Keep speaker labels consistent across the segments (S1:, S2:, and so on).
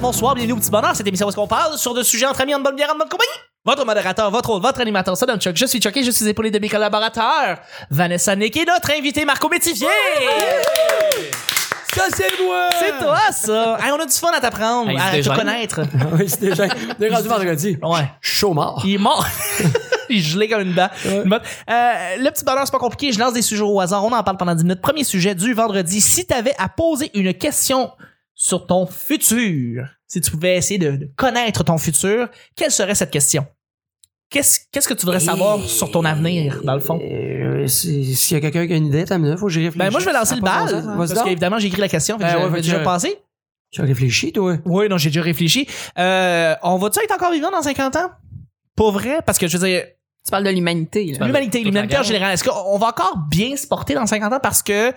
S1: bonsoir, bienvenue au petit bonheur. Cette émission où est-ce qu'on parle sur des sujets entre amis, en bonne bière, en bonne compagnie. Votre modérateur, votre hôte, votre animateur, ça donne Chuck. Je suis Chuck et je suis épaulé de mes collaborateurs, Vanessa Nick et notre invité Marco Métivier.
S2: Ça, c'est moi!
S1: C'est toi, ça! Hey, on a du fun à t'apprendre,
S3: Hey, il se
S1: à te
S3: dégêne.
S1: connaître.
S2: Ah oui, c'est déjà. Dès rendu vendredi.
S1: Ouais.
S2: Chaud mort.
S1: Il est mort. Il est gelé comme une batte. Une batte. Euh, le petit bonheur, c'est pas compliqué. Je lance des sujets au hasard. On en parle pendant 10 minutes. Premier sujet du vendredi. Si t'avais à poser une question sur ton futur, si tu pouvais essayer de, de connaître ton futur, quelle serait cette question? Qu'est-ce qu'est-ce que tu voudrais savoir sur ton avenir, dans le fond?
S2: Euh, si- S'il y a quelqu'un qui a une idée, t'as une minute, faut que j'y réfléchisse.
S1: Ben, moi, je vais lancer
S2: Ça
S1: le
S2: n'a pas
S1: bal.
S2: de bon sens. Vas-y
S1: Parce
S2: donc.
S1: qu'évidemment, j'ai écrit la question. Fait que
S2: Ben
S1: j'avais
S2: ouais, fait
S1: déjà
S2: que-
S1: pensé.
S2: Tu as réfléchi, toi?
S1: Oui, non, j'ai déjà réfléchi. Euh, on va-tu être encore vivant dans 50 ans? Pas vrai? Parce que je veux dire,
S4: Tu parles de l'humanité, là.
S3: parles de
S1: L'humanité,
S3: toute
S1: l'humanité
S3: la
S1: en
S3: guerre.
S1: général. Est-ce qu'on va encore bien se porter dans 50 ans parce que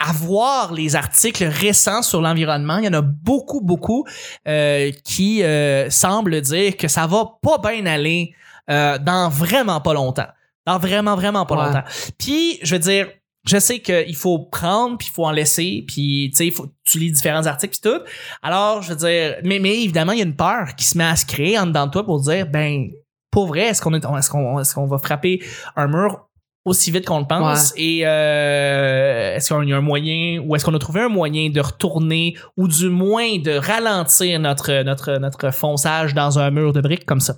S1: à voir les articles récents sur l'environnement, il y en a beaucoup, beaucoup euh, qui euh, semblent dire que ça va pas bien aller euh, dans vraiment pas longtemps. Dans vraiment, vraiment pas
S2: Ouais.
S1: longtemps. Puis, je veux dire, je sais qu'il faut prendre, puis il faut en laisser, puis tu sais, il faut- tu lis différents articles, puis tout. Alors, je veux dire, mais, mais évidemment, il y a une peur qui se met à se créer en dedans de toi pour dire, ben, pour vrai, est-ce qu'on est, est-ce qu'on, est-ce qu'on va frapper un mur aussi vite qu'on le pense et euh, est-ce qu'on y a un moyen ou est-ce qu'on a trouvé un moyen de retourner ou du moins de ralentir notre notre notre fonçage dans un mur de briques comme ça.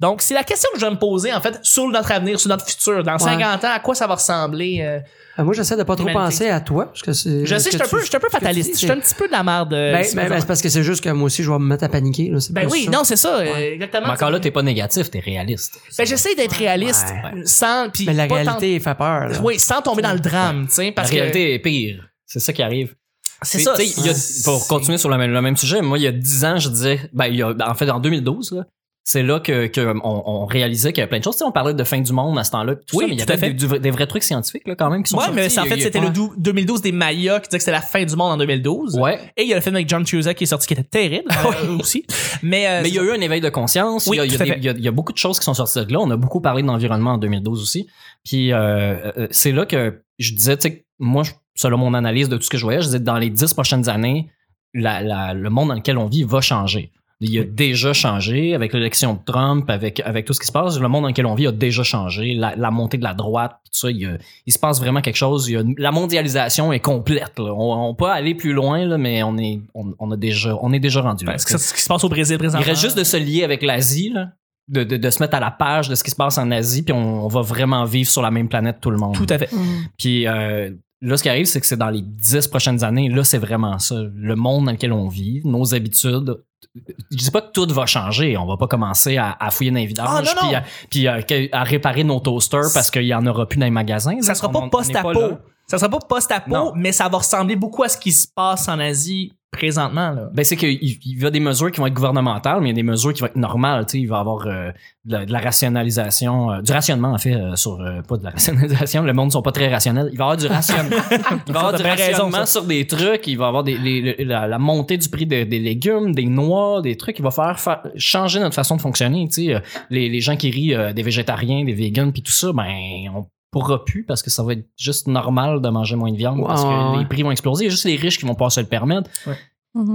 S1: Donc c'est la question que je vais me poser en fait sur notre avenir, sur notre futur dans 50 ans, à quoi ça va ressembler euh,
S2: Euh, Moi, j'essaie de pas trop
S1: L'humanité.
S2: penser à toi. Parce que c'est-
S1: Je
S2: ce
S1: sais je
S2: que
S1: suis un
S2: tu-
S1: peu je suis un peu
S2: ce que tu dis,
S1: fataliste, je
S2: c'est-
S1: suis un petit peu de la merde. euh,
S2: Ben,
S1: sur
S2: ben,
S1: les
S2: ben, c'est parce que c'est juste que moi aussi, je vais me mettre à paniquer. là. C'est
S1: Ben
S2: plus
S1: oui,
S2: ça.
S1: non, c'est ça, euh, exactement.
S3: Mais encore là, t'es pas négatif, t'es réaliste.
S1: ben, j'essaie d'être réaliste sans puis
S2: Mais la
S1: pas tant-
S2: réalité, elle fait peur. là.
S1: oui, sans tomber dans le drame, tu sais,
S3: La
S1: parce que
S3: réalité est pire. C'est ça qui arrive.
S1: c'est
S3: Puis,
S1: ça.
S3: tu sais, il y a- pour continuer sur le même, le même sujet, moi, il y a 10 ans, je disais, ben, il y a- ben, en fait, en 2012, là, c'est là que, que on, on réalisait qu'il y a plein de choses. Tu sais, on parlait de fin du monde à ce temps-là. puis tout
S1: Oui,
S3: ça, mais il y
S1: tout à
S3: avait
S1: fait.
S3: des, du- des vrais trucs scientifiques, là, quand même, qui sont
S1: Ouais, mais
S3: sortis.
S1: c'est- en
S3: Il y a-
S1: fait,
S3: il y a-
S1: c'était le dou- 2012 des Mayas qui disait que c'était la fin du monde en 2012.
S3: Ouais.
S1: Et il y a le film avec John Cusack qui est sorti qui était terrible euh, aussi. Mais, euh,
S3: Mais il y a eu un éveil de conscience.
S1: Oui,
S3: il, y a, il y a
S1: tout à
S3: des-
S1: fait.
S3: il y a- il y a beaucoup de choses qui sont sorties de là. On a beaucoup parlé de l'environnement en 2012 aussi. Puis euh, euh, c'est là que je disais, tu sais, moi, je- selon mon analyse de tout ce que je voyais, je disais que dans les 10 prochaines années, la- la- le monde dans lequel on vit va changer. Il a déjà changé avec l'élection de Trump, avec, avec tout ce qui se passe. Le monde dans lequel on vit a déjà changé. La, la montée de la droite, tout ça, il, y a- il se passe vraiment quelque chose. Il y a une- la mondialisation est complète. là. On, on peut aller plus loin, là, mais on est, on, on a déjà, on est déjà rendu là.
S1: parce que c'est ce qui se passe au Brésil présentement.
S3: Il reste juste de se lier avec l'Asie, là, de, de, de se mettre à la page de ce qui se passe en Asie, puis on, on va vraiment vivre sur la même planète tout le monde.
S1: Tout à fait.
S3: Puis euh, là, ce qui arrive, c'est que c'est dans les dix prochaines années, là, c'est vraiment ça. Le monde dans lequel on vit, nos habitudes. Je dis pas que tout va changer. On va pas commencer à, à fouiller dans les vidanges,
S1: Ah, non, non.
S3: puis, à, puis à- que- à réparer nos toasters parce qu'il y en aura plus dans les magasins.
S1: Ça
S3: là.
S1: sera
S3: On-
S1: pas
S3: on- on est
S1: post-apo.
S3: là.
S1: ça sera pas post-apo,
S3: Non.
S1: mais ça va ressembler beaucoup à ce qui se passe en Asie présentement. Là.
S3: Ben, c'est qu'il il y a des mesures qui vont être gouvernementales, mais il y a des mesures qui vont être normales. tu sais. Il va y avoir euh, de, la, de la rationalisation, euh, du rationnement, en fait, euh, sur. euh, pas de la rationalisation, le monde ne sont pas très rationnels. Il va y avoir du rationnement. il va y avoir
S1: Ça,
S3: du
S1: t'as bien raison, ça.
S3: rationnement sur des trucs. Il va y avoir des, les- le- la, la montée du prix des- des légumes, des noix, des trucs. Il va falloir fa- changer notre façon de fonctionner. tu sais. Euh, Les, les gens qui rient euh, des végétariens, des vegans, puis tout ça, ben, on pourra plus parce que ça va être juste normal de manger moins de viande parce
S2: Ouais.
S3: que les prix vont exploser. Il y a juste les riches qui vont pas se le permettre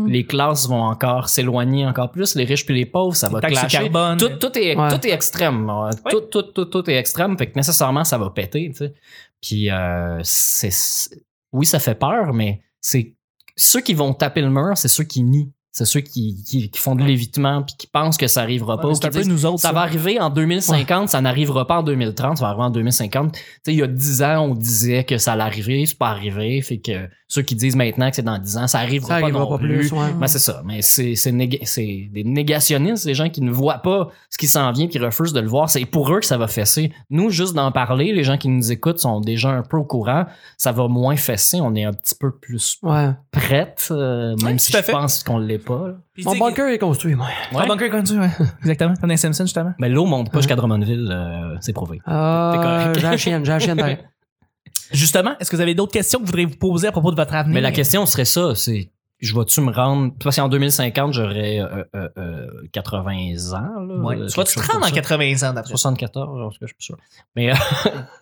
S3: les classes vont encore s'éloigner encore plus, les riches puis les pauvres, ça va
S1: Taxe
S3: clasher.
S1: carbone.
S3: Tout, tout est,
S2: Ouais.
S3: tout est extrême. hein.
S1: Oui.
S3: Tout, tout, tout, tout est extrême, fait que nécessairement, ça va péter. tu sais. Puis, euh, c'est- c'est- oui, ça fait peur, mais c'est ceux qui vont taper le mur, c'est ceux qui nient. C'est ceux qui, qui, qui font de l'évitement puis qui pensent que ça arrivera pas. ou
S1: c'est
S3: qui
S1: un peu
S3: disent,
S1: nous autres.
S3: ça va arriver en 2050, ça n'arrivera pas en 2030, ça va arriver en 2050. Tu sais, il y a 10 ans, on disait que ça allait arriver, c'est pas arrivé. Fait que ceux qui disent maintenant que c'est dans 10 ans, ça arrivera
S2: Ça
S3: pas
S2: arrivera
S3: non
S2: pas
S3: plus.
S2: plus. ouais.
S3: Ben, c'est ça, mais c'est c'est néga- c'est des négationnistes, les gens qui ne voient pas ce qui s'en vient, qui refusent de le voir. C'est pour eux que ça va fesser. Nous, juste d'en parler, les gens qui nous écoutent sont déjà un peu au courant. Ça va moins fesser, on est un petit peu plus
S2: Ouais.
S3: prête, euh, même
S1: Ouais,
S3: si
S1: tout à
S3: je
S1: fait. Ah
S3: pense qu'on l'est pas. là.
S2: Mon bunker est construit, moi.
S1: Ton bunker est connu, ouais. Exactement. T'en as Simpson, justement.
S3: Mais l'eau monte pas
S1: Hum.
S3: jusqu'à Drummondville, euh, c'est prouvé.
S2: Euh,
S3: correct.
S2: j'ai la chienne, j'ai la chienne, pareil.
S1: Justement, est-ce que vous avez d'autres questions que vous voudriez vous poser à propos de votre avenir?
S3: Mais la question serait ça, c'est je vais-tu me rendre. Parce qu'en 2050, j'aurais euh, euh, euh, 80 ans. Là,
S1: Ouais.
S3: euh,
S1: Tu vas-tu
S3: quelque
S1: te
S3: chose
S1: rendre
S3: comme
S1: en
S3: ça.
S1: 80 ans d'après?
S3: 74, en tout cas, je suis pas sûr. Mais euh,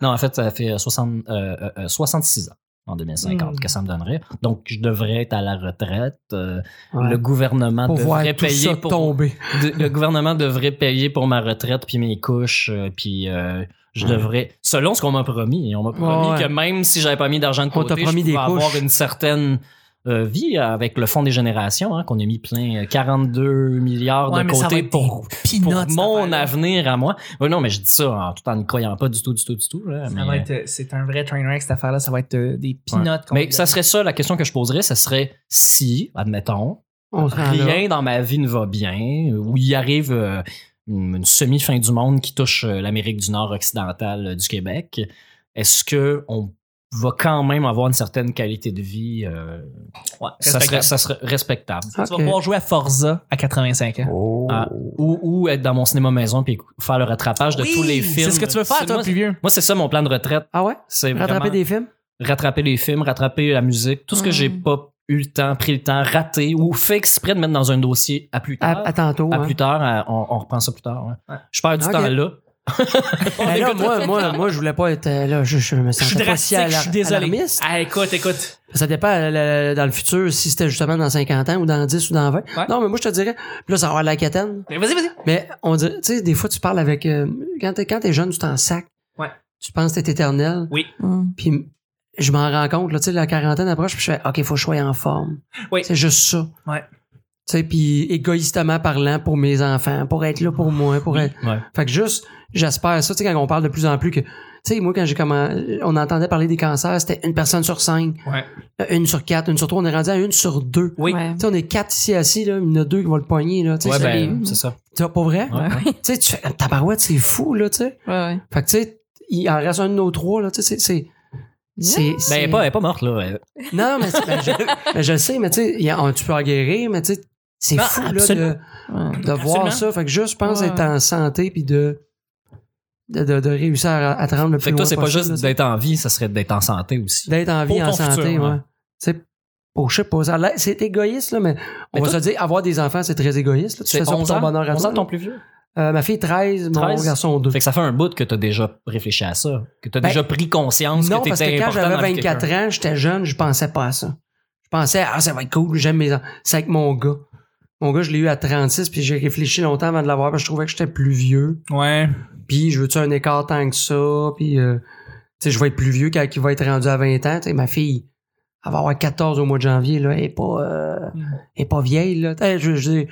S3: non, en fait, ça fait 60, euh, euh, euh, 66 ans. en 2050
S2: Hmm.
S1: Mm.
S3: que ça me donnerait. Donc, je devrais être à la retraite. euh,
S2: Ouais.
S3: Le gouvernement
S2: pour voir
S3: devrait
S2: tout
S3: payer
S2: ça
S3: pour
S2: tomber.
S3: de- le gouvernement devrait payer pour ma retraite puis mes couches euh, puis euh, je
S2: Ouais.
S3: devrais selon ce qu'on m'a promis on m'a promis
S2: Ouais.
S3: que même si j'avais pas mis d'argent de
S2: On t'a
S3: côté je
S2: promis
S3: pouvais
S2: des
S3: avoir
S2: couches.
S3: une certaine euh, vie avec le fonds des générations hein, qu'on a mis plein euh, 42 milliards
S1: Ouais,
S3: de
S1: mais ça va
S3: côté
S1: être
S3: pour,
S1: des
S3: pour
S1: peanuts, cette
S3: mon
S1: affaire-là.
S3: avenir à moi Ouais, non mais je dis ça en- tout en ne croyant pas du tout du tout du tout là,
S1: Ça
S3: mais-
S1: va être, euh, c'est un vrai train wreck cette affaire-là. Ça va être euh, des peanuts. qu'on
S3: mais ça
S1: donne.
S3: serait ça la question que je poserais ça serait si admettons
S2: On se rend là.
S3: rien dans ma vie ne va bien, où il arrive euh, une une semi-fin du monde qui touche euh, l'Amérique du Nord occidentale euh, du Québec, est-ce que on va quand même avoir une certaine qualité de vie euh,
S1: Ouais,
S3: ça, serait,
S1: respectable.
S3: ça serait respectable
S1: Tu vas
S2: Ok.
S1: pouvoir jouer à Forza à 85 ans.
S3: Ah, ou, ou être dans mon cinéma maison puis écou- faire le rattrapage de
S1: Oui,
S3: tous les films
S1: C'est ce que tu veux faire,
S3: C'est-
S1: toi,
S3: moi,
S1: plus vieux.
S3: moi, c'est ça mon plan de retraite
S2: Ah ouais?
S3: c'est
S2: Rattraper
S3: vraiment
S2: des films?
S3: rattraper les films rattraper la musique tout ce que
S2: Mm.
S3: j'ai pas eu le temps pris le temps raté ou fait exprès de mettre dans un dossier à plus
S2: À,
S1: Ah.
S3: tard
S2: à tantôt.
S3: À
S2: hein.
S3: plus tard, à- on, on reprend ça plus tard. ouais.
S1: Ouais.
S3: Je perds du
S2: Ok.
S3: temps là.
S2: Ben là, moi, moi, moi, je voulais pas être euh, là. Je, je me
S1: Je suis
S2: sentais pas si
S1: drastique,
S2: à
S1: je
S2: la,
S1: suis désolé.
S2: alarmiste.
S1: Ah, écoute, écoute.
S2: Ça dépend euh, le- dans le futur si c'était justement dans 50 ans ou dans 10 ou dans 20.
S1: Ouais.
S2: Non, mais moi, je te dirais, là, ça va avoir la quétaine.
S1: Mais Vas-y, vas-y.
S2: Mais on dirait, tu sais, des fois, tu parles avec. euh, quand t'es quand t'es jeune, tu t'en sac.
S1: Ouais.
S2: Tu penses que t'es éternel.
S4: Hum.
S2: Puis je m'en rends compte, là, tu sais, la quarantaine approche, puis je fais, OK, faut que je sois en forme.
S1: Oui.
S2: C'est juste ça.
S1: Ouais.
S2: Tu sais, puis égoïstement parlant pour mes enfants, pour être là pour moi, pour être.
S3: Ouais.
S2: Fait que juste, j'espère ça, tu sais, quand on parle de plus en plus que. Tu sais, moi, quand j'ai comment on entendait parler des cancers, c'était une personne sur cinq,
S1: Ouais.
S2: euh, une sur quatre, une sur trois, on est rendu à une sur deux.
S1: Oui.
S4: Ouais.
S2: Tu sais, on est quatre ici assis, là, il y en a deux qui vont le poigner, là. Tu sais,
S3: Ouais,
S2: c'est-
S3: ben,
S4: les-
S3: c'est ça.
S2: tu vois, pas vrai?
S3: Ouais.
S2: Tu sais, tu fais, tabarouette, c'est fou, là, tu sais.
S4: Ouais, ouais.
S2: Fait que, tu sais, il en reste un de nos trois, là, tu sais, c'est- c'est. c'est-
S3: Ben, elle
S2: c'est-
S3: est pas, elle est pas morte, là. Elle-
S2: Non, mais c'est- ben, je, ben, je le sais, mais tu sais, il y a- on- tu peux en guérir, mais tu sais, c'est
S1: Non,
S2: fou, là,
S1: absolument.
S2: de,
S4: Ouais.
S2: de voir
S1: Absolument.
S2: ça. Fait que juste, je pense
S4: Ouais.
S2: être en santé, puis de, de, de, de réussir à, à te rendre le plus
S3: Fait que toi,
S2: loin
S3: c'est pas
S2: possible,
S3: juste
S2: là, tu sais.
S3: d'être en vie, ça serait d'être en santé aussi.
S2: d'être en vie,
S1: Pour
S2: en
S1: ton
S2: santé,
S1: futur,
S2: ouais.
S1: ouais.
S2: Tu sais, pour, je sais pas, ça a l'air- c'est égoïste, là, mais on
S3: Mais
S2: va
S3: toi-
S2: se dire, avoir des enfants, c'est très égoïste. là. Tu fais ça pour
S3: 11
S2: ton
S3: ans,
S2: bonheur à
S3: 11
S2: toi.
S3: ans, ton plus vieux.
S2: Euh, ma fille, 13, mon
S3: 13.
S2: garçon, 2.
S3: Fait que ça fait un bout que t'as déjà réfléchi à ça, que t'as
S2: Ben,
S3: déjà pris conscience
S2: Non,
S3: que
S2: parce
S3: t'étais
S2: que quand
S3: important dans la vie
S2: j'avais
S3: de
S2: 24
S3: quelqu'un.
S2: ans, j'étais jeune, je pensais pas à ça. Je pensais, ah, ça va être cool, j'aime mes enfants. C'est avec mon gars. Mon gars, je l'ai eu à 36, puis j'ai réfléchi longtemps avant de l'avoir, parce que je trouvais que j'étais plus vieux.
S1: Ouais.
S2: Puis je veux-tu un écart tant que ça, puis euh, tu sais, je vais être plus vieux quand il va être rendu à 20 ans. Tu sais, ma fille, elle va avoir 14 au mois de janvier, là, elle est pas, euh,
S1: Mm.
S2: elle est pas vieille, là. Tu sais, Je, je,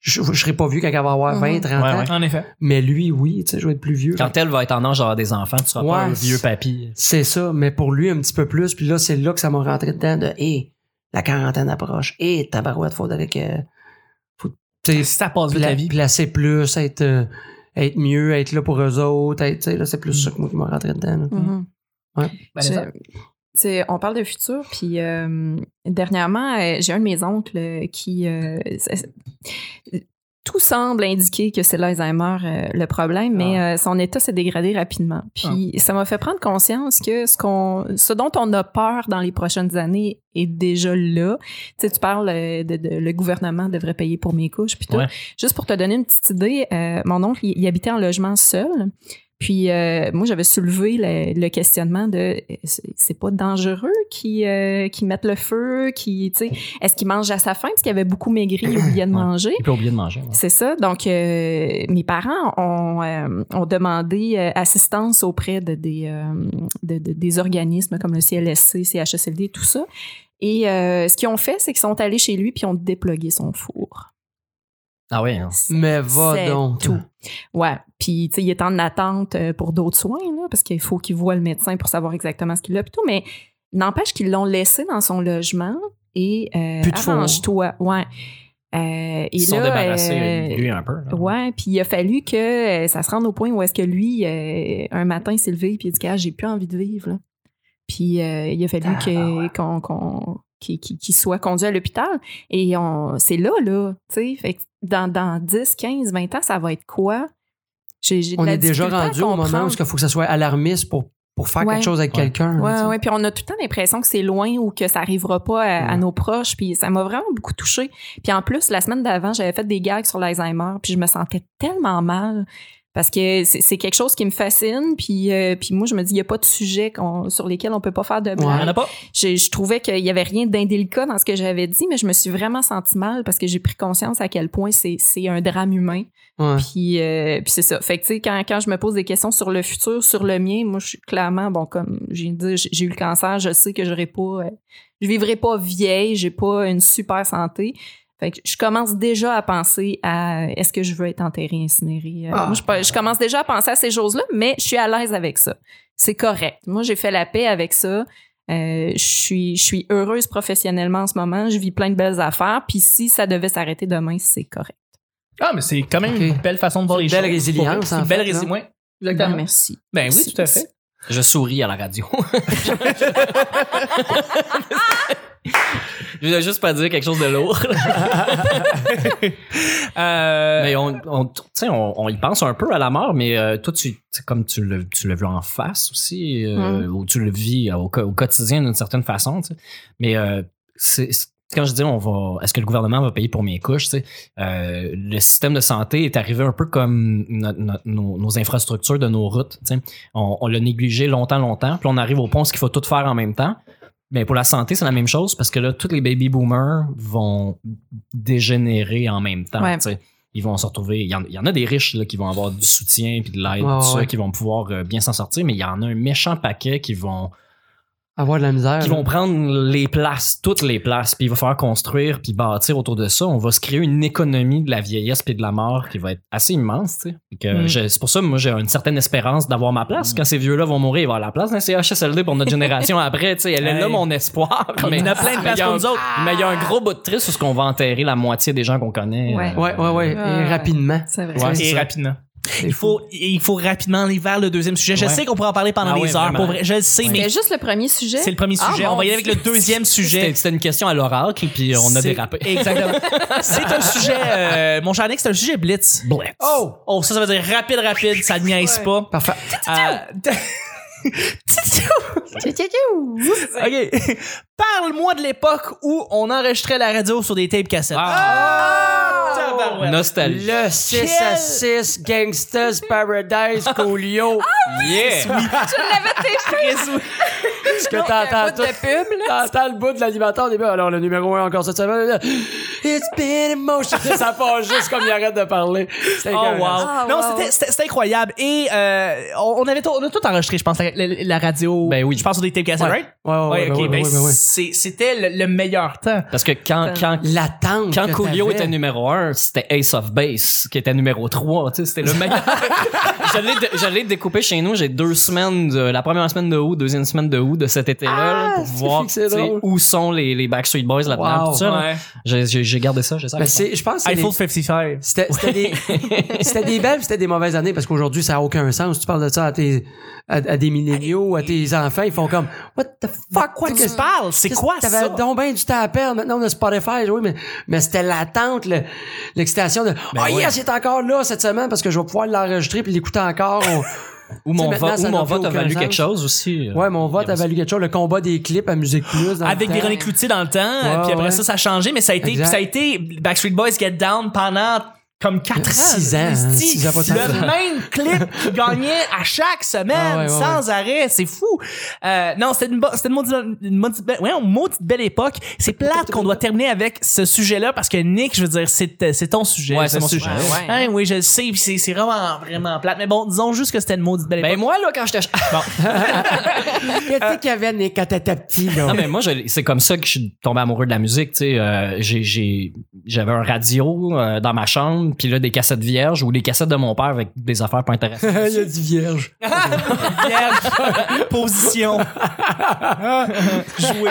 S2: je, je serai pas vieux quand elle va avoir 20,
S4: Mhm.
S2: 30
S3: Ouais,
S2: ans.
S3: Ah, ouais.
S1: En effet.
S2: Mais lui, oui, tu sais, je vais être plus vieux.
S3: Quand elle va être en âge d'avoir des enfants, tu seras
S2: Ouais,
S3: pas un
S2: c'est-
S3: vieux papy.
S2: C'est ça, mais pour lui, un petit peu plus. Puis là, c'est là que ça m'a rentré dedans de hé, la quarantaine approche. Hé, tabarouette, faut avec. euh, faut tu sais,
S1: Si ça passe vite
S2: pla-
S1: la vie.
S2: placer plus, être, euh, être mieux, être là pour eux autres. être- tu sais, là, c'est plus
S1: Mm.
S2: ça que moi qui m'a rentré dedans. là.
S4: Mhm.
S1: Ben,
S4: Je-
S1: les autres.
S4: c'est- on parle de futur, puis euh, dernièrement, euh, j'ai un de mes oncles euh, qui. euh, c'est- c'est- tout semble indiquer que c'est l'Alzheimer euh, le problème, mais euh, son état s'est dégradé rapidement. Puis ça m'a fait prendre conscience que ce, qu'on, ce dont on a peur dans les prochaines années est déjà là. Tu sais, tu parles euh, de, de- le gouvernement devrait payer pour mes couches, puis tout.
S3: Ouais.
S4: Juste pour te donner une petite idée, euh, mon oncle, il, il habitait en logement seul. Puis euh, moi, j'avais soulevé le, le questionnement de euh, c'est c'est pas dangereux qu'ils euh, qu'ils mettent le feu, qui tu sais, est-ce qu'il mange à sa faim parce qu'il avait beaucoup maigri, il oubliait de
S3: Ouais.
S4: manger.
S3: Il peut oublier de manger. ouais.
S4: C'est ça. Donc, euh, mes parents ont, euh, ont demandé euh, assistance auprès de des, euh, de- de- des organismes comme le CLSC, CHSLD, tout ça. Et euh, ce qu'ils ont fait, c'est qu'ils sont allés chez lui puis ils ont déplogué son four.
S3: Ah oui, hein.
S2: Mais va
S4: C'est
S2: donc.
S4: tout. Ouais. Puis, tu sais, il est en attente euh, pour d'autres soins, là, parce qu'il faut qu'il voit le médecin pour savoir exactement ce qu'il a, plutôt. Mais n'empêche qu'ils l'ont laissé dans son logement et euh,
S2: Plus de four.
S4: arrange-toi. Ouais. Euh, et
S3: ils se sont
S4: là,
S3: débarrassés
S4: euh,
S3: de lui un peu. là.
S4: Ouais, puis il a fallu que euh, ça se rende au point où est-ce que lui, euh, un matin, il s'est levé et il a dit Ah, j'ai plus envie de vivre. là. Puis euh, il a fallu que- qu'on qu'on- qu'il qu'il- qu'il soit conduit à l'hôpital. Et on- c'est là, là. tu sais. Fait que dans, dans 10, 15, 20 ans, ça va être quoi? J'ai j'ai de
S2: On
S4: la
S2: est déjà
S4: difficulté à
S2: rendu au moment où
S4: comprendre.
S2: il faut que ça soit alarmiste pour, pour faire
S4: Ouais.
S2: quelque chose avec
S3: Ouais.
S2: quelqu'un.
S4: Ouais,
S2: tu sais.
S4: ouais, puis on a tout le temps l'impression que c'est loin ou que ça arrivera pas à, à
S2: Ouais.
S4: nos proches, puis ça m'a vraiment beaucoup touchée. Puis en plus, la semaine d'avant, j'avais fait des gags sur l'Alzheimer, puis je me sentais tellement mal Parce que c'est c'est quelque chose qui me fascine. Puis, euh, puis moi, je me dis, il n'y a pas de sujet qu'on- sur lesquels on peut pas faire de blague.
S1: Il y en a pas.
S4: Je, je trouvais qu'il y avait rien d'indélicat dans ce que j'avais dit, mais je me suis vraiment sentie mal parce que j'ai pris conscience à quel point c'est c'est un drame humain.
S2: Ouais.
S4: Puis, euh, puis c'est ça. Fait que, tu sais, quand, quand je me pose des questions sur le futur, sur le mien, moi, je suis clairement, bon, comme j'ai dit, j'ai j'ai eu le cancer, je sais que j'aurai pas, euh, je vivrai pas vieille, j'ai pas une super santé. Fait que je commence déjà à penser à euh, est-ce que je veux être enterré, incinéré. Euh,
S2: Ah.
S4: Moi, je, pe- je commence déjà à penser à ces choses-là, mais je suis à l'aise avec ça. C'est correct. Moi, j'ai fait la paix avec ça. Euh, je suis, je suis heureuse professionnellement en ce moment. Je vis plein de belles affaires. Puis si ça devait s'arrêter demain, c'est correct.
S1: Ah, mais c'est quand même
S2: Ok.
S1: une belle façon de voir
S2: C'est
S1: les
S2: une belle
S1: choses.
S2: résilience,
S1: C'est
S2: en
S1: une belle
S2: fait, là.
S1: résilience.
S4: Ben,
S1: Exactement.
S4: merci.
S1: Ben oui,
S4: Merci.
S1: tout à fait.
S3: Je souris à la radio. Je voulais juste pas dire quelque chose de lourd.
S1: Euh,
S3: Mais on, on- tu sais, on- on y pense un peu à la mort, mais euh, toi, tu, tu sais, comme tu l'as tu l'as vu en face aussi, euh, ou tu le vis euh, au, co- au quotidien d'une certaine façon. tu sais. Mais euh, c'est- c'est- quand je dis on va, est-ce que le gouvernement va payer pour mes couches, tu sais, euh, le système de santé est arrivé un peu comme no- no- nos, nos infrastructures de nos routes. tu sais. On, on l'a négligé longtemps, longtemps, puis on arrive au point où il faut tout faire en même temps. Mais pour la santé, c'est la même chose parce que là, tous les baby boomers vont dégénérer en même temps.
S4: Ouais.
S3: tu sais ils vont se retrouver. Il y en, il y en a des riches là, qui vont avoir du soutien puis de l'aide,
S2: Ouais,
S3: tout ça,
S2: ouais.
S3: qui vont pouvoir euh, bien s'en sortir, mais il y en a un méchant paquet qui vont,
S2: Avoir de la
S1: Ah,
S2: misère.
S3: qui vont prendre les places, toutes les places, puis il va falloir construire puis bâtir autour de ça. On va se créer une économie de la vieillesse puis de la mort qui va être assez immense. tu sais. Fait que
S1: Mm.
S3: j'ai- C'est pour ça que moi, j'ai une certaine espérance d'avoir ma place. Quand ces vieux-là vont mourir, il va avoir la place d'un CHSLD pour notre génération après. tu sais. Elle est là,
S1: Hey.
S3: mon espoir.
S1: Il y en a Ah! plein de places
S3: il y a
S1: pour
S3: un-
S1: nous autres.
S3: Mais il y a un gros bout de triste sur ce qu'on va enterrer la moitié des gens qu'on connaît. euh.
S4: Ouais.
S2: Ouais, ouais, ouais.
S4: Ouais.
S2: Et rapidement.
S4: C'est vrai.
S3: Ouais, c'est
S1: Et
S3: ça.
S1: rapidement. Il faut, il faut rapidement aller vers le deuxième sujet. Je
S3: Ouais.
S1: sais qu'on pourrait en parler pendant
S3: Ah
S1: des
S3: ouais,
S1: heures,
S3: vraiment.
S1: pour vrai. Je le sais,
S3: Ouais.
S1: mais
S4: C'était juste le premier sujet.
S1: c'est le premier
S4: Ah,
S1: sujet.
S4: mon
S1: on va y aller avec le deuxième sujet.
S3: C'était- C'était une question à l'oracle, puis on a
S1: C'est-
S3: dérapé.
S1: Exactement. c'est un sujet, euh, mon cher Nick, c'est un sujet blitz.
S3: Blitz.
S1: Oh! Oh, ça, ça veut dire rapide, rapide, ça ne niaise pas.
S2: Parfait.
S1: Euh, OK. Parle-moi de l'époque où on enregistrait la radio sur des tapes cassettes.
S3: Ah!
S1: Tabarouette.
S3: Nostalgie.
S2: Le 6 à 6 Gangsters Paradise
S4: Ah,
S2: Coolio.
S3: Yeah!
S4: Tu l'avais testé.
S2: Est-ce que
S4: Un
S2: t'entends
S4: bout de
S2: tout?
S4: pub, là.
S2: T'entends le bout de l'animateur au début. Alors, le numéro 1 encore cette semaine. là. It's been emotional. Ça part juste comme il arrête de parler. C'est
S1: Oh wow.
S2: incroyable.
S4: Ah,
S1: non,
S4: wow.
S1: c'était- c'était c'était incroyable et euh, on on avait tout- on a tout enregistré, je pense la, la- la radio.
S3: Ben oui.
S1: Je pense sur des tapes cassettes,
S2: Ouais.
S1: right?
S2: Ouais, ouais,
S1: Ouais,
S2: ouais,
S1: ok,
S2: ouais,
S1: ben
S2: ouais, ouais, ouais.
S1: c'est- c'était le, le meilleur temps.
S3: Parce que quand, quand,
S2: L'attente.
S3: quand
S2: que
S3: Coolio
S2: t'avais.
S3: était numéro 1, c'était Ace of Base, qui était numéro 3. Tu sais, c'était le meilleur. je l'ai dé- je l'ai découpé chez nous. J'ai deux semaines, de, la première semaine de août, deuxième semaine de août de cet été-là, là, pour
S2: Ah, c'est
S3: voir
S2: fixé,
S3: tu sais,
S2: drôle.
S3: où sont les, les Backstreet Boys là-dedans.
S2: Wow,
S3: tout ça, là. J'ai- J'ai j'ai gardé ça, j'ai ça.
S2: Ben, c'est- je pense que c'est
S1: Eiffel
S2: les-
S1: 55.
S2: c'était c'était des, c'était des belles, c'était des mauvaises années parce qu'aujourd'hui ça a aucun sens. Tu parles de ça à tes à, à des milléniaux, à tes enfants, ils font comme what the fuck quoi
S1: Qu'est-ce que tu parles? C'est
S2: Qu'est-ce
S1: quoi
S2: que
S1: ça?
S2: T'avais donc bien du temps à perdre. Maintenant, on a Spotify. Oui, mais, mais c'était l'attente, le- l'excitation de Ah,
S3: Ben ouais.
S2: yes, il est encore là cette semaine parce que je vais pouvoir l'enregistrer puis l'écouter encore. On-
S3: Où mon,
S2: Tu sais, maintenant,
S3: vote- où
S2: ça
S3: mon
S2: n'a plus
S3: vote a
S2: aucun
S3: valu
S2: sens.
S3: quelque chose aussi. euh.
S2: ouais, mon vote a valu quelque chose. Le combat des clips à Musique Plus. dans le
S1: Ah, Avec
S2: temps.
S1: Véronique Cloutier dans le temps, euh, puis après
S2: ouais.
S1: ça, ça a changé, mais ça a été,
S2: Exact.
S1: puis ça a été Backstreet Boys Get Down pendant comme 4 ans.
S2: Six ans, hein,
S1: Esti,
S2: six ans, pas tant que
S1: Ah, le
S2: ça.
S1: même clip qui gagnait à chaque semaine,
S2: Ah ouais, ouais,
S1: sans arrêt. C'est fou. Euh, non, c'était une, bo- c'était une, maudite, une maudite belle- voyons, maudite belle époque. C'est plate qu'on doit terminer avec ce sujet-là parce que Nick, je veux dire, c'est, euh, c'est ton sujet.
S3: Ouais, c'est
S1: ce
S3: mon sujet.
S4: Ouais.
S1: Hein, oui, je le sais, puis c'est, c'est vraiment, vraiment plate. Mais bon, disons juste que c'était une maudite belle époque.
S3: Ben moi, là, quand j'étais.
S2: Qu'est-ce qu'il y avait Nick, quand t'étais petit, là?
S3: Non, mais moi, je- c'est comme ça que je suis tombé amoureux de la musique. Tu sais, Euh, j'ai- j'ai- j'avais un radio euh, dans ma chambre, puis là, des cassettes vierges ou les cassettes de mon père avec des affaires pas intéressantes.
S2: il y a du vierge.
S1: Vierge, position. Ah, Jouer.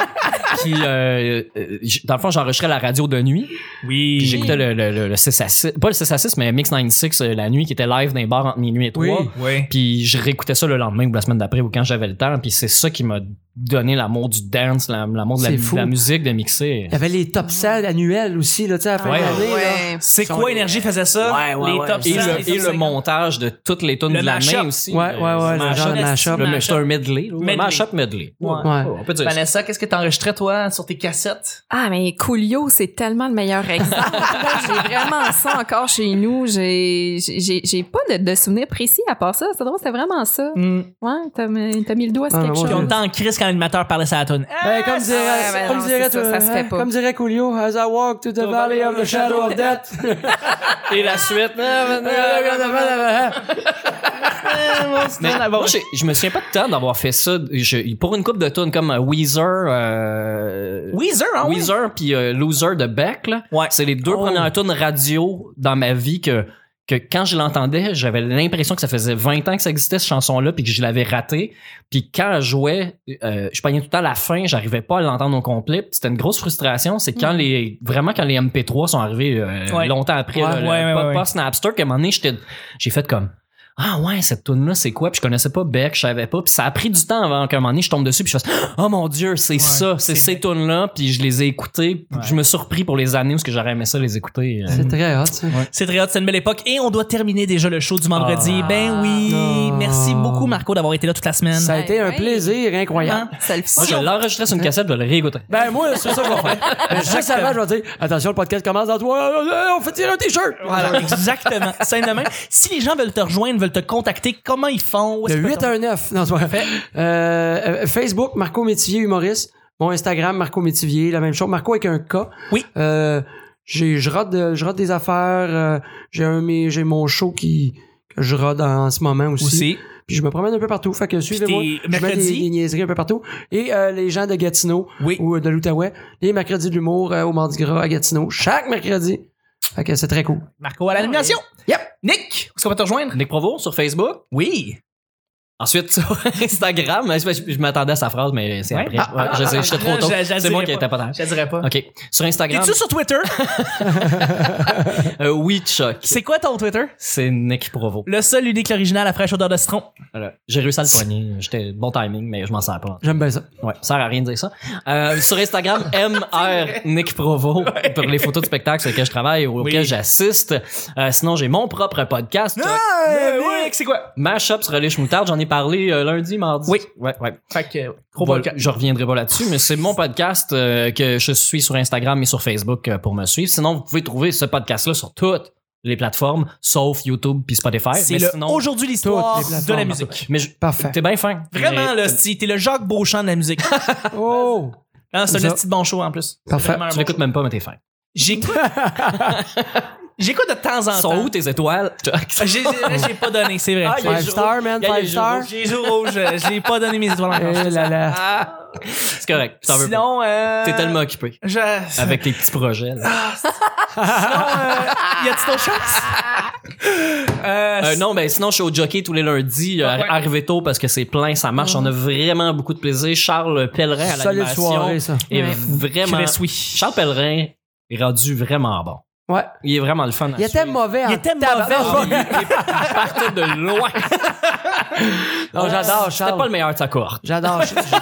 S3: puis, euh, euh, j- dans le fond, j'enregistrais la radio de nuit,
S1: Oui.
S3: puis j'écoutais le, le, le, le 6 à 6, pas le 6 à 6, mais Mix 96 euh, la nuit, qui était live dans les bars entre minuit et
S2: Oui.
S3: 3.
S1: Oui.
S3: Puis je réécoutais ça le lendemain ou la semaine d'après ou quand j'avais le temps. Puis c'est ça qui m'a donner l'amour du dance, la- l'amour de la,
S2: C'est fou.
S3: de la musique, de mixer.
S2: Il y avait les top sales annuels aussi, là, tu sais, à la fin
S3: Ouais.
S2: de l'année. là.
S4: Ouais.
S1: C'est quoi Énergie faisait ça? les top
S3: Et
S1: 100,
S3: le,
S1: les
S3: et
S1: top
S3: le
S1: 50.
S3: montage de toutes les tunes
S1: Le
S3: de l'année
S1: mash-up.
S3: aussi.
S2: Ouais,
S3: Le-
S2: ouais, ouais, le
S3: mash-up.
S2: genre de mash-up.
S3: Le-
S1: Mash-up.
S3: C'est un medley.
S1: Medley.
S3: Le mash-up medley.
S1: Ouais.
S2: Ouais.
S3: On peut dire ça.
S1: Vanessa, qu'est-ce que t'enregistrais, toi, sur tes cassettes?
S4: Ah, mais Coolio, c'est tellement le meilleur exemple. Là, j'ai vraiment ça encore chez nous. J'ai, j'ai, j'ai pas de, de souvenirs précis à part ça. C'est drôle, c'est vraiment ça. Ouais, t'as, mis- t'as mis le doigt sur
S2: Ah,
S4: quelque
S2: ouais.
S1: Puis
S4: chose.
S1: on était en crise quand l'animateur parlait ça à la toune.
S2: Ben, comme dirait,
S4: Ah, ouais, ben
S2: comme
S4: non,
S2: dirait,
S4: c'est ça, ça se fait
S2: euh,
S4: pas.
S2: comme dirait Coolio, as I walk to the valley of the shadow of death.
S3: Et la suite.
S1: Ah,
S3: Mais moi, j'ai- je me souviens pas de temps d'avoir fait ça. Je- pour une coupe de tunes comme euh, Weezer, euh,
S1: Weezer, hein? oui?
S3: Weezer puis euh, Loser de Beck, là,
S1: Ouais.
S3: c'est les deux
S1: Oh.
S3: premières tunes radio dans ma vie que, que quand je l'entendais, j'avais l'impression que ça faisait 20 ans que ça existait, cette chanson-là, puis que je l'avais ratée. Puis quand elle jouait, euh, je pognais tout le temps à la fin, j'arrivais pas à l'entendre au complet. Puis C'était une grosse frustration. C'est quand les vraiment quand les MP3 sont arrivés euh,
S1: Hmm. Ouais.
S3: longtemps après,
S1: Ouais,
S3: là, le-
S1: ouais, ouais,
S3: pas,
S1: ouais.
S3: pas Snapster, qu'à un moment donné, j'étais- j'ai fait comme... Ah ouais, cette tune là c'est quoi? Puis je connaissais pas Beck, je savais pas. Puis ça a pris du temps avant qu'à un moment donné, je tombe dessus. Puis je fasse Oh mon Dieu, c'est
S1: Ouais,
S3: ça, c'est
S1: c'est
S3: ces tunes là Puis je les ai écoutées.
S1: Ouais.
S3: Je me surpris pour les années où ce que j'aurais aimé ça les écouter. euh.
S2: C'est très hot, ça.
S1: C'est très hot, c'est une belle époque. Et on doit terminer déjà le show du vendredi.
S3: Ah.
S1: ben oui.
S2: Non.
S1: Merci beaucoup, Marco, d'avoir été là toute la semaine.
S2: Ça a
S4: Ouais,
S2: été un
S4: ouais.
S2: plaisir incroyable.
S1: Hein?
S4: Ça le fait.
S3: Moi, je l'enregistrais sur une cassette, je le réécoutais.
S2: Ben moi, c'est ça que je vais faire. Ben, Juste avant, je vais dire attention, le podcast commence dans toi. On fait tirer un t-shirt.
S1: Voilà, exactement. C'est demain. Si les gens veulent te rejoindre, veulent te contacter, comment ils font? Où est-ce
S2: Le
S1: qu'ils peuvent
S2: 8 à 9. Non, c'est pas vrai. Euh, euh, Facebook, Marco Métivier, humoriste. Mon Instagram, Marco Métivier, la même chose. Marco avec un K.
S1: Oui.
S2: Euh, j'ai, je, rate de- je rate des affaires. euh, j'ai, un, de mes- j'ai mon show qui, que je rate en ce moment aussi.
S1: te- aussi?
S2: Puis je me promène un peu partout. Fait que suivez-moi.
S1: t'es
S2: Je mets des,
S1: mercredi?
S2: des niaiseries un peu partout. Et euh, les gens de Gatineau
S1: Oui.
S2: ou euh, de l'Outaouais, les mercredis de l'humour euh, au Mardi Gras à Gatineau, chaque mercredi. Fait que c'est très cool.
S1: Marco à l'animation.
S2: Yep.
S1: Nick, où est-ce qu'on va te rejoindre?
S3: Nick Provo sur Facebook.
S1: Oui.
S3: Ensuite, sur Instagram. Je, je- je m'attendais à sa phrase, mais c'est
S1: Ouais.
S3: après. Ouais, je sais, j'étais trop tôt.
S1: ah, Je- je
S3: C'est
S1: dirais
S3: moi qui
S1: pas.
S3: n'étais pas
S1: Je dirais pas.
S3: tard. OK. Sur Instagram,
S1: Es-tu sur Twitter?
S3: euh, oui, Chuck.
S1: C'est quoi ton Twitter?
S3: C'est Nick Provo.
S1: Le seul, unique, l'original, la fraîche odeur de citron.
S3: Voilà. J'ai réussi à le poigner. J'étais bon timing, mais je m'en sers pas.
S2: J'aime bien ça.
S3: Ouais, ça sert à rien de dire ça. Euh, sur Instagram, MR Nick Provo pour les photos de spectacle sur lesquels je travaille ou auxquels
S1: Oui.
S3: j'assiste. Euh, sinon, j'ai mon propre podcast.
S1: Ah, Hey, Nick, c'est quoi?
S3: Mashup sur les moutarde, j'en ai parlé euh, lundi, mardi.
S1: Oui.
S3: Ouais, ouais.
S1: Fait que, gros
S3: Voilà,
S1: podcast.
S3: je reviendrai pas là-dessus, mais c'est mon podcast euh, que je suis sur Instagram et sur Facebook euh, pour me suivre. Sinon, vous pouvez trouver ce podcast-là sur toutes les plateformes, sauf YouTube puis Spotify.
S1: C'est
S3: mais
S1: le
S3: sinon,
S1: aujourd'hui l'histoire
S2: Toutes les
S1: de la
S2: plateformes.
S1: musique.
S3: mais je-
S2: Parfait.
S3: t'es bien fin.
S1: Vraiment,
S3: Mais- euh,
S1: là, c'est- t'es le Jacques Beauchamp de la musique.
S2: Oh!
S1: Hein, c'est
S2: Ça.
S1: un petit bon show en plus. C'est
S2: Parfait.
S1: vraiment un
S3: Tu
S1: bon
S3: l'écoutes
S1: show.
S3: même pas, mais t'es fin.
S1: J'écoute. J'écoute de temps en
S3: Sont
S1: temps.
S3: où tes étoiles?
S1: J'ai j'ai- j'ai pas donné, c'est vrai.
S3: Ah, il y a
S2: Five
S3: Giro-
S2: star, man,
S3: il y a
S2: five
S3: Giro-
S2: star.
S1: J'ai les yeux rouges. J'ai pas donné mes étoiles encore.
S2: Eh là là.
S3: Ah! C'est correct. t'en veux pas.
S1: Sinon, euh,
S3: T'es tellement occupé
S1: Je...
S3: avec tes petits projets. là.
S1: Sinon, euh, y a-t-il ton chance? Euh,
S3: Euh, non, ben sinon, je suis au jockey tous les lundis. euh,
S1: Ah ouais.
S3: Arrivez tôt parce que c'est plein, ça marche. On a vraiment beaucoup de plaisir. Charles Pellerin à
S2: Solide soirée,
S3: l'animation
S2: ça.
S3: est
S4: Ouais.
S3: vraiment...
S1: Chris, oui.
S3: Charles Pellerin est rendu vraiment bon.
S2: Ouais.
S3: Il est vraiment le fun. à
S2: Il était
S3: suivre.
S2: mauvais.
S1: Il
S2: en
S1: était
S2: tabarnak.
S1: mauvais.
S3: Il il partait de loin.
S2: Non, j'adore
S3: C'était pas le
S2: Charles.
S3: meilleur de sa cohorte.
S2: J'adore Charles.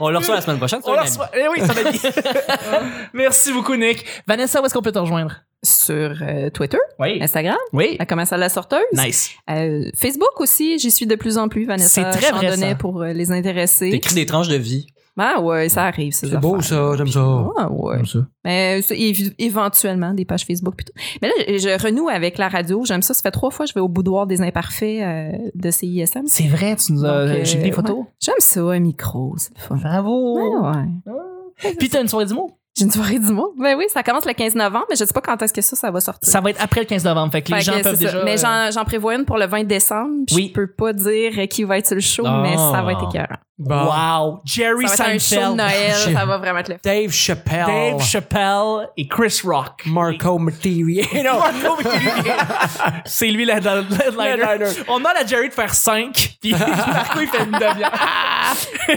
S3: On le reçoit la semaine prochaine. c'est
S1: On
S4: Oh,
S3: un
S1: la
S3: ami.
S1: reçoit. Eh oui, ça va bien. Merci beaucoup, Nick. Vanessa, où est-ce qu'on peut te rejoindre?
S4: Sur euh, Twitter,
S1: Oui.
S4: Instagram,
S1: Oui.
S4: à Commence à la sorteuse.
S1: Nice.
S4: Euh, Facebook aussi, j'y suis de plus en plus, Vanessa.
S1: C'est très vrai,
S4: Chandonnet,
S1: ça.
S4: pour euh, les intéressés.
S3: T'écris des tranches de vie.
S4: Ah ouais, ça arrive. ces
S2: C'est beau,
S4: affaires.
S2: ça. J'aime ça.
S4: Ah ouais.
S1: ça.
S4: Mais c'est évi- éventuellement des pages Facebook plutôt. Mais là, je, je renoue avec la radio. J'aime ça. Ça fait trois fois que je vais au boudoir des imparfaits euh, de CISM.
S1: C'est vrai, tu nous as.
S4: Donc, euh,
S1: J'ai vu des photos.
S4: ouais. J'aime ça, un micro, c'est le fun.
S1: Bravo.
S4: Ah ouais.
S1: Puis t'as une soirée du mot.
S4: J'ai une soirée du monde. Ben oui, ça commence le 15 novembre, mais je sais pas quand est-ce que ça, ça va sortir.
S1: Ça va être après le 15 novembre. Fait que les
S4: Fait
S1: gens
S4: que
S1: peuvent
S4: c'est ça.
S1: déjà. euh,
S4: Mais j'en, j'en prévois une pour le 20 décembre. puis
S1: Oui.
S4: Je peux pas dire qui va être sur le show,
S3: Ah.
S4: mais ça va être écœurant.
S2: Bon.
S1: Wow! Jerry
S4: ça va être un show
S1: Seinfeld,
S4: de Noël, ça va vraiment te le faire.
S2: Dave Chappelle.
S1: Dave Chappelle et Chris Rock.
S2: Marco Materia.
S1: Et- Marco Michelini. C'est lui la- la- la-
S2: Headliner.
S1: l'headliner. On demande à Jerry de faire 5, puis Marco, il fait une demi-heure.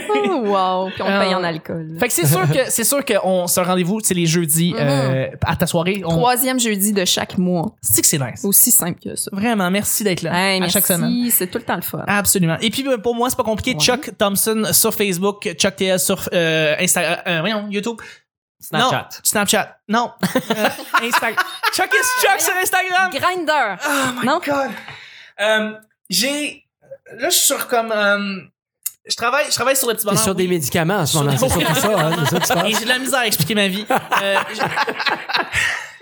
S4: Oh, wow, puis on
S1: Euh,
S4: paye en alcool.
S1: Fait que c'est sûr que c'est sûr qu'on se rendez-vous, c'est les jeudis
S4: Mm-hmm.
S1: euh, à ta soirée. On...
S4: Troisième jeudi de chaque mois.
S1: C'est que c'est nice.
S4: Aussi simple que ça.
S1: Vraiment, merci d'être là
S4: Hey,
S1: à
S4: merci,
S1: chaque semaine.
S4: c'est tout le temps le fun.
S1: Absolument. Et puis euh, pour moi, c'est pas compliqué.
S4: Ouais.
S1: Chuck Thompson sur Facebook, Chuck TL sur euh, Instagram, euh, voyons, YouTube.
S3: Snapchat.
S1: Non, Snapchat. Non. Euh, Instagram. Chuck
S4: Ah,
S1: is Chuck sur Instagram.
S4: Grinder. non?
S1: Euh, j'ai là je suis sur comme euh, je travaille je travaille sur le petit
S2: T'es
S1: bonheur.
S2: sur des
S1: oui.
S2: médicaments en ce
S1: Sur
S2: moment.
S1: des-
S2: C'est surtout ça, hein, c'est ça qui se passe.
S1: Et j'ai de la misère à expliquer ma vie. Euh,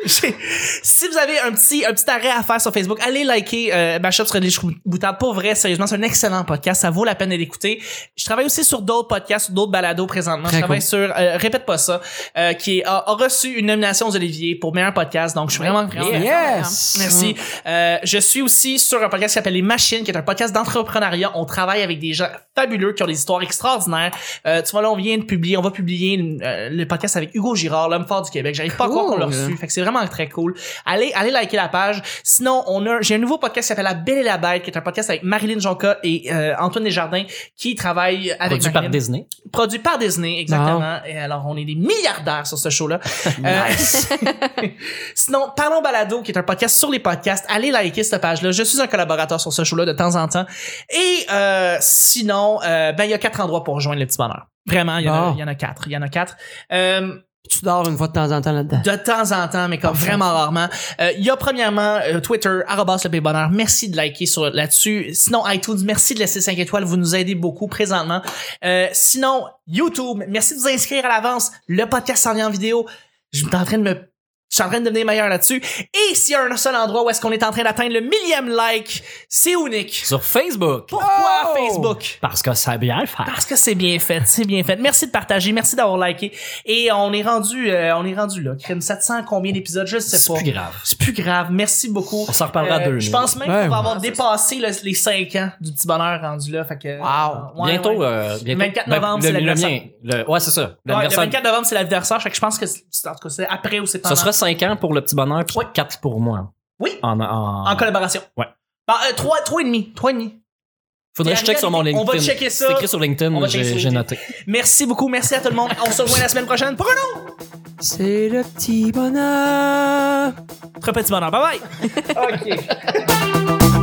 S1: j'ai- si vous avez un petit, un petit arrêt à faire sur Facebook, allez liker euh, ma shop sur les Choux Boutades. Pas vrai, sérieusement, c'est un excellent podcast. Ça vaut la peine de l'écouter. Je travaille aussi sur d'autres podcasts, sur d'autres balados présentement.
S2: Très
S1: je travaille
S2: cool.
S1: sur euh, Répète pas ça, euh, qui est- a, a reçu une nomination aux Olivier pour meilleur podcast. Donc, je suis vraiment, vraiment
S4: Yeah.
S2: Yes!
S1: Merci.
S3: Mm.
S1: Euh, je suis aussi sur un podcast qui s'appelle Les Machines, qui est un podcast d'entrepreneuriat. On travaille avec des gens fabuleux qui ont des histoires extraordinaires. Euh, tu vois, là, on vient de publier, on va publier euh, le podcast avec Hugo Girard, l'homme fort du Québec. J'arrive pas à croire qu'on l'a reçu. Fait que c'est vraiment très cool. Allez, allez liker la page. Sinon, on a, j'ai un nouveau podcast qui s'appelle La Belle et la Bête, qui est un podcast avec Marilyn Jonca et euh, Antoine Desjardins, qui travaille avec
S3: Produit par
S1: Marilyn.
S3: Disney.
S1: Produit par Disney, exactement. Et alors, on est des milliardaires sur ce show-là. Euh, Sinon, Parlons Balado, qui est un podcast sur les podcasts. Allez liker cette page-là. Je suis un collaborateur sur ce show-là de temps en temps. Et euh, sinon, euh, ben, il y a quatre endroits pour rejoindre le petit bonheur. Vraiment, il y, en a-
S2: Bon.
S1: il y en a quatre. Il y en a quatre. Euh,
S2: Tu dors une fois de temps en temps là-dedans.
S1: de temps en temps, mais comme vraiment rarement. Euh, Il y a premièrement euh, Twitter, arrobas le Pays bonheur. Merci de liker sur là-dessus. Sinon, iTunes, merci de laisser 5 étoiles. Vous nous aidez beaucoup présentement. Euh, sinon, YouTube, merci de vous inscrire à l'avance. Le podcast s'en vient en vidéo. Je suis en train de me... Je suis en train de devenir meilleur là-dessus. Et s'il y a un seul endroit où est-ce qu'on est en train d'atteindre le millième like, c'est unique.
S3: Sur Facebook.
S1: Pourquoi
S2: Oh!
S1: Facebook?
S3: Parce que ça bien le faire.
S1: Parce que c'est bien fait, c'est bien fait. Merci de partager, merci d'avoir liké. Et on est rendu, euh, on est rendu là. Crime 700, combien d'épisodes, je sais
S3: C'est
S1: pas.
S3: plus grave.
S1: C'est plus grave. Merci beaucoup.
S3: On s'en reparlera
S1: Euh,
S3: deux.
S1: Je pense même
S2: Ouais,
S1: qu'on va
S2: ouais.
S1: avoir dépassé le- les 5 ans du petit bonheur rendu là. Fait que,
S2: Wow.
S1: Ouais,
S3: bientôt,
S1: ouais.
S3: euh, bientôt.
S1: 24
S3: Ben,
S1: novembre,
S3: le-
S1: c'est
S3: le,
S1: l'anniversaire.
S3: mien. Le- ouais, c'est ça.
S1: Ouais, le
S3: L'anniversaire.
S1: 24 novembre, c'est l'anniversaire. Fait que je pense que c'est, en tout cas, c'est après ou c'est pendant.
S3: Ce sera 5 ans pour le petit bonheur, puis
S1: Oui.
S3: 4 pour moi.
S1: Oui.
S3: En,
S1: en collaboration.
S3: Ouais.
S1: Bah, euh, trois, trois et demi. Trois et demi.
S3: Faudrait que je check sur mon
S1: On va
S3: LinkedIn.
S1: checker ça.
S3: C'est écrit sur
S1: On va
S3: LinkedIn,
S1: checker sur
S3: j'ai j'ai
S1: LinkedIn.
S3: noté.
S1: Merci beaucoup. Merci à tout le monde. On se revoit la semaine prochaine pour un
S2: C'est le petit bonheur.
S1: autre petit bonheur. Bye bye. OK.